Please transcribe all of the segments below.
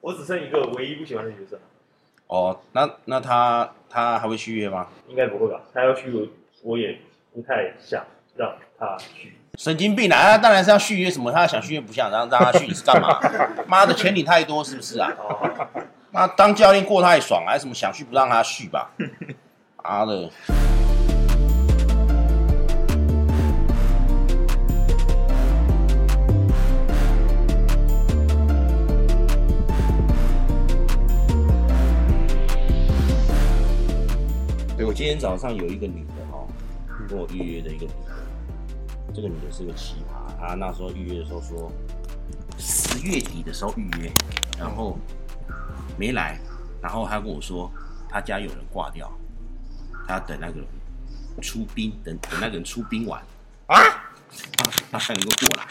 我只剩一个唯一不喜欢的角色，哦，那那他他还会续约吗？应该不会吧？他要续我，我也不太想让他续。神经病啊！他当然是要续约什么，他想续约不想，让让他续你是干嘛？妈的，钱领太多是不是啊？哦，那当教练过太爽，还什么想续不让他续吧？妈的！对我今天早上有一个女的哦，跟我预约的一个女的，这个女的是个奇葩，她那时候预约的时候说十月底的时候预约，然后没来，然后她跟我说她家有人挂掉，她要等那个人出殡，等等那个人出殡完啊，她才能够过来。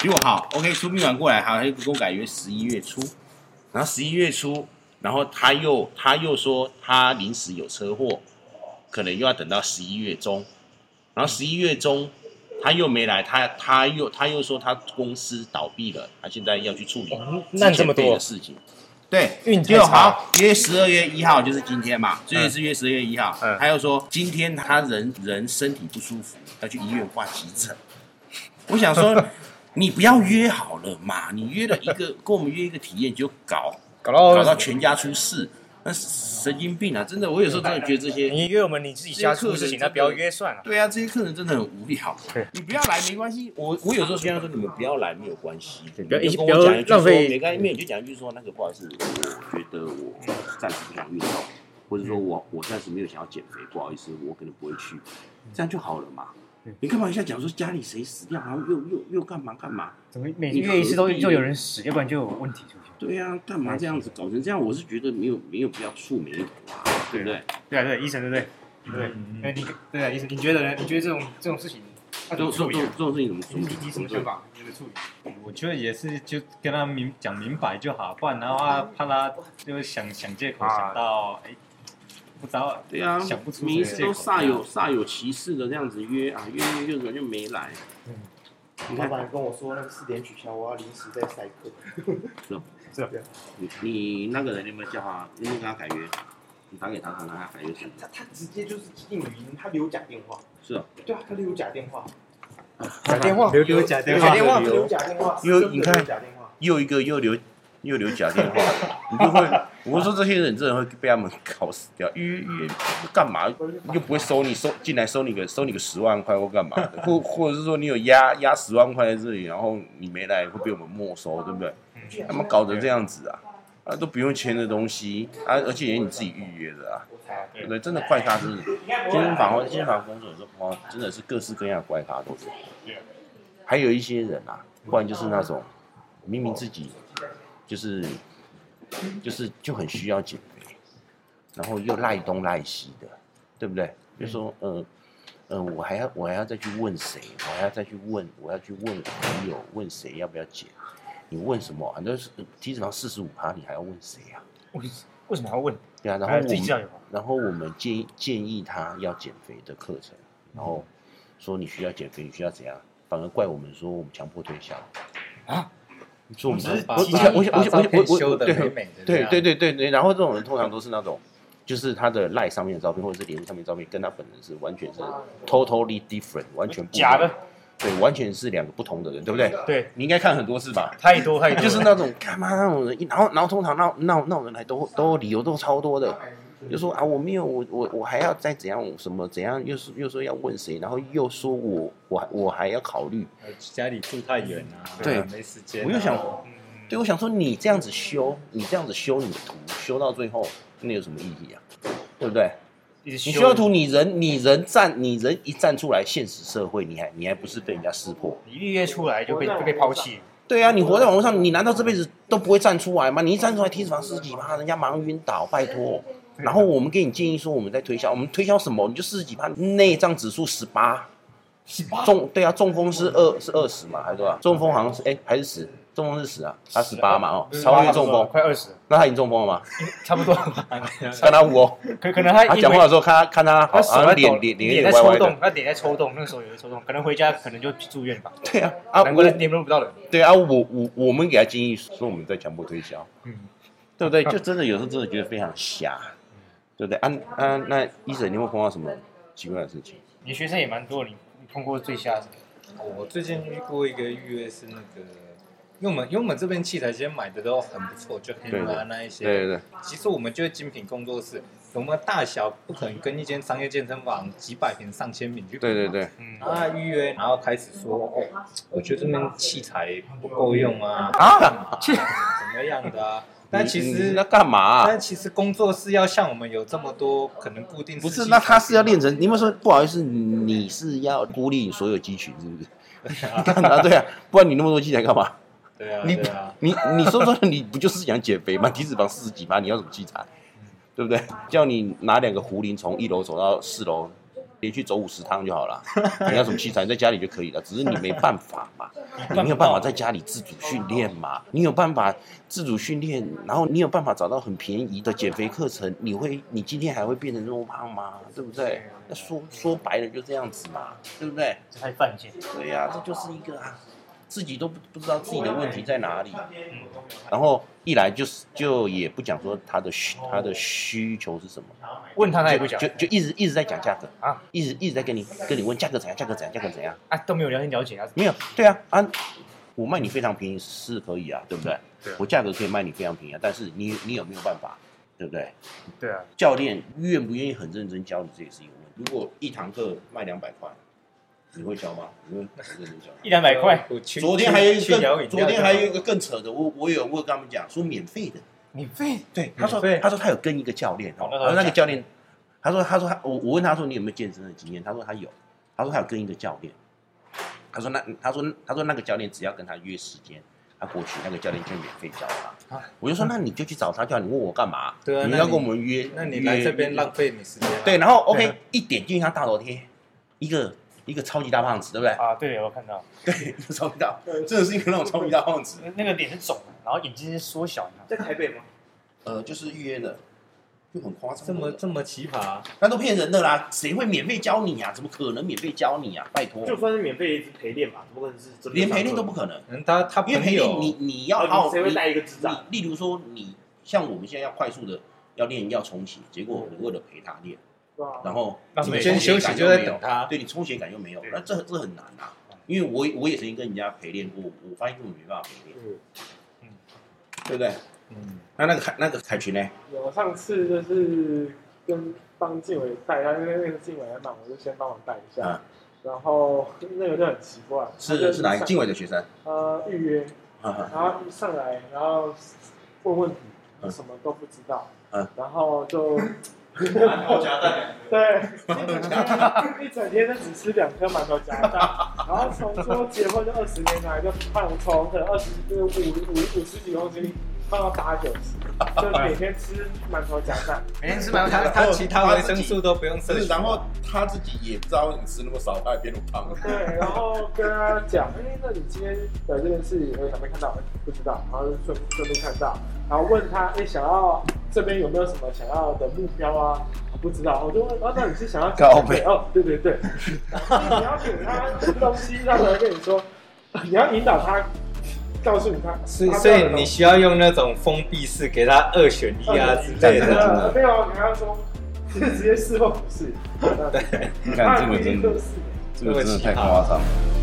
比我好，OK，出殡完过来，好，她就跟我改约十一月初，然后十一月初，然后他又他又说他临时有车祸，可能又要等到十一月中，然后十一月中他又没来，他他又他又说他公司倒闭了，他现在要去处理哦那你这么之前多被的事情，对，运气就太差好约十二月一号就是今天嘛，这月是约十二月一号，嗯他又说今天他人人身体不舒服，要去医院挂急诊。我想 说，你不要约好了嘛，你约了一个跟我们约一个体验就搞，搞搞到到全家出事，那神经病啊！真的，我有时候真的觉得这些，你约我们你自己家出事情，那不要约算了。对啊，这些客人真的很无聊。啊你不要来没关系，我我有时候虽然说你们不要来没有关系，你不要们就跟不要我讲一句说浪费没关系，没有你就讲一句说那个不好意思，我觉得我暂时不想运动，或者说我我暂时没有想要减肥，不好意思，我可能不会去，这样就好了嘛。你干嘛一下讲说家里谁死掉，然后又又又干嘛干嘛？怎么每月一次都就有人死，要不然就有问题出现。对呀、啊，干嘛这样子搞成这样？我是觉得没有没有必要触眉头啊，对不对？对啊，对，医生对不对？对，嗯哎，你对啊，医生，你觉得呢？你觉得这种这种事情要这怎么种这处种理啊？这种事情怎么处你理你？你什么想法？你的处理？我觉得也是，就跟他明讲明白就好，不然的话怕他就是想想借口啊想到哎、不知道对啊，想不出每一次谁的都借口煞有煞有其事的这样子约啊，约约就就没来。你老看，板跟我说那个四点取消，我要临时再塞课。你你那个人有没有叫他？有没有跟他改约？你打给他，看看他改约什么？他他直接就是进语音，他留假电话。是啊，对啊，他留假电话，打电话，留留假电话电话留假电话，因为真的你看留假电话，又一个又留又留假电话， 你就会，我是说这些人真的会被他们搞死掉。约约干嘛？又不会收你收进来收你个收你个十万块或干嘛的，或或者是说你有压压十万块在这里，然后你没来会被我们没收，对不对？他们搞成这样子啊，啊都不用签的东西啊，而且也你自己预约的啊，对不对，真的怪咖真的，健身房健身房工作有时候哇，真的是各式各样的怪咖都是，还有一些人啊，不然就是那种明明自己就是就是就很需要减肥，然后又赖东赖西的，对不对？就说呃呃，我还要我还要再去问谁，我还要再去问，我要去问朋友，问谁要不要减？你问什么？很多是体脂肪四十五趴，你还要问谁呀、啊？为为什么还要问？对啊，然后哎我自己知道们就好。然后我们建议建议他要减肥的课程，然后说你需要减肥，你需要怎样？反而怪我们说我们强迫推销啊。你说我们把我想我想我想我想我修想的对美美的，对对，对对对，然后这种人通常都是那种，就是他的赖上面的照片或者是脸书上面的照片，跟他本人是完全是 totally different，完全不一样假的，对，完全是两个不同的人，对不对？对，你应该看很多次吧。太多太多，就是那种干嘛那种人，然后然后通常那那那种人来都都理由都超多的，嗯就说啊我没有我我我还要再怎样什么怎样，又是又说要问谁，然后又说我我我还要考虑，呃 家里住太远啊，对没时间啊、我就想对，我想说你这样子修，你这样子修你的图，修到最后，那有什么意义啊？对不对？你你修图，你人你人站，你人一站出来，现实社会，你还你还不是被人家识破？你预约出来就被就被抛弃，对啊，嗯你活在网络上，你难道这辈子都不会站出来吗？你一站出来，体脂肪十几趴，人家马上晕倒，拜托。然后我们给你建议说，我们在推销，我们推销什么？你就四十几趴，内脏指数十嗯八，中对啊，中风是二是二十嘛，还是多少？中风好像是哎、还是十中风是十啊，他十八嘛哦，嗯超越中风，快二十，那他已经中风了吗？差不多。 看他五哦，可可能他哎他因讲为话的时候看他看他好他手好在像抖脸，脸脸有脸点在歪抽歪动的，，他脸在抽动，那个时候有在抽动，可能回家可能就住院吧。对啊啊难我怪联络不到人。对啊，我我我们给他建议说我们在强迫推销，嗯对不对？就真的有时候真的觉得非常瞎，对不对？啊啊，那医生，你有没有碰到什么奇怪的事情？你学生也蛮多，你你碰过最瞎的我最近遇过一个预约是那个，因为我们因为我们这边器材其实买的都很不错，就对 Hera 对那一些，对对对，其实我们就是精品工作室，我们大小不可能跟一间商业健身房几百平、上千平去比对对嘛。对，嗯然后他预约，然后开始说，哦，我觉得这边器材不够用啊，啊，怎么样的啊？但其你你实那，干嘛啊、但其实工作室要像我们有这么多可能固定不时是，期那他是要练成，你们说不好意思，你是要孤立所有肌群是不是？ 干嘛？对啊，不然你那么多肌材干嘛？对啊你对啊，你你说说，你不就是想减肥吗？ 体脂肪四十几吗？你要什么器材？对不对？叫你拿两个壶铃从一楼走到四楼，连续走五十趟就好了。你要什么器材，在家里就可以了。只是你没办法 嘛，你没有办法在家里自主训练嘛。你有办法自主训练，然后你有办法找到很便宜的减肥课程，你会，你今天还会变成这么胖吗？对不对？啊那说说白了就这样子嘛，对不对？这太犯贱。对呀、这就是一个啊，自己都不不知道自己的问题在哪里。然后一来就是就也不讲说他的需他的需求是什么，问他他也不讲就就一直一直在讲价格啊，一直一直在跟你跟你问价格怎样，价格怎样，价格怎样，啊，都没有人了解他。没有，对啊啊，我卖你非常便宜是可以啊，对不对？我价格可以卖你非常便宜啊，但是你你有没有办法，对不对？对啊，教练愿不愿意很认真教你，这也是一个问题。如果一堂课卖两百块，你会教吗？你会很认真教吗？ 一两百块，我去昨天还有一去个去摇更，饮昨料天还有一个更扯的，我我有我有跟他们讲说免费的，免费。对，他说免费他说他有跟一个教练哦，那然个后那个教练，他说他说他我我问他说你有没有健身的经验，他说他有，他说他有跟一个教练，他说那他说他说那个教练只要跟他约时间。他过去，那个教练就免费教他啊。我就说，那你就去找他，叫你问我干嘛？对啊你那要你跟我们约，那你来约这边浪费你时间啊。对，然后 OK，、对啊一点进去他大头贴，一个一个超级大胖子，对不对？啊，对，我看到对，一个 超级大，真的是一个那种超级大胖子。那那个脸是肿的，然后眼睛是缩小的。在台北吗？呃，就是预约的，就很夸张。这么这么奇葩，那都骗人的啦！谁会免费教你啊？怎么可能免费教你啊？拜托，就算是免费，也是陪练吧，怎么可能是真的连陪练都不可能，可能他他朋因为陪友练你你要呃然好后好谁会你带一个智障？你例如说你像我们现在要快速的要练要重写，结果你为了陪他练，对啊然后那这个每天充休血息感就没在有等他。对你充血感又没有，那这这很难啊。因为我我也曾经跟人家陪练过，我发现根本没办法陪练，嗯，对不对？嗯，那那个凯那个凯群呢？我上次就是跟帮静伟带，他因为那个静伟来忙，我就先帮忙带一下。啊然后那个就很奇怪，他就是是哪一个上静伟的学生？呃，预约，啊然后一上来，然后问问题，嗯什么都不知道。嗯然后就 对，一整 天一整天都只吃两颗馒头夹蛋，然后从说结婚这二十年来，就胖从可能二十就是五五五十几公斤胖到八九十，就每天吃馒头夹蛋。每天吃馒他头他夹他其他维生素都不用不摄是，取，然后他自己也不知道你吃那么少，他也变那么胖了。对，然后跟他讲，哎、那你今天来这件事情有想没看到？不知道，然后就顺顺便看到，然后问他，哎、想要这边有没有什么想要的目标啊？不知道，我就问，哦，那你是想要靠背哦，对对对，你要给他东西，让他跟你说，你要引导他，告诉你他，所以他所不要以的东你西需要用那种封闭式给他二选一啊之类的。呃没有，你要说 是直接事后不是， 啊对，你他一定都是。这个真的太夸张了。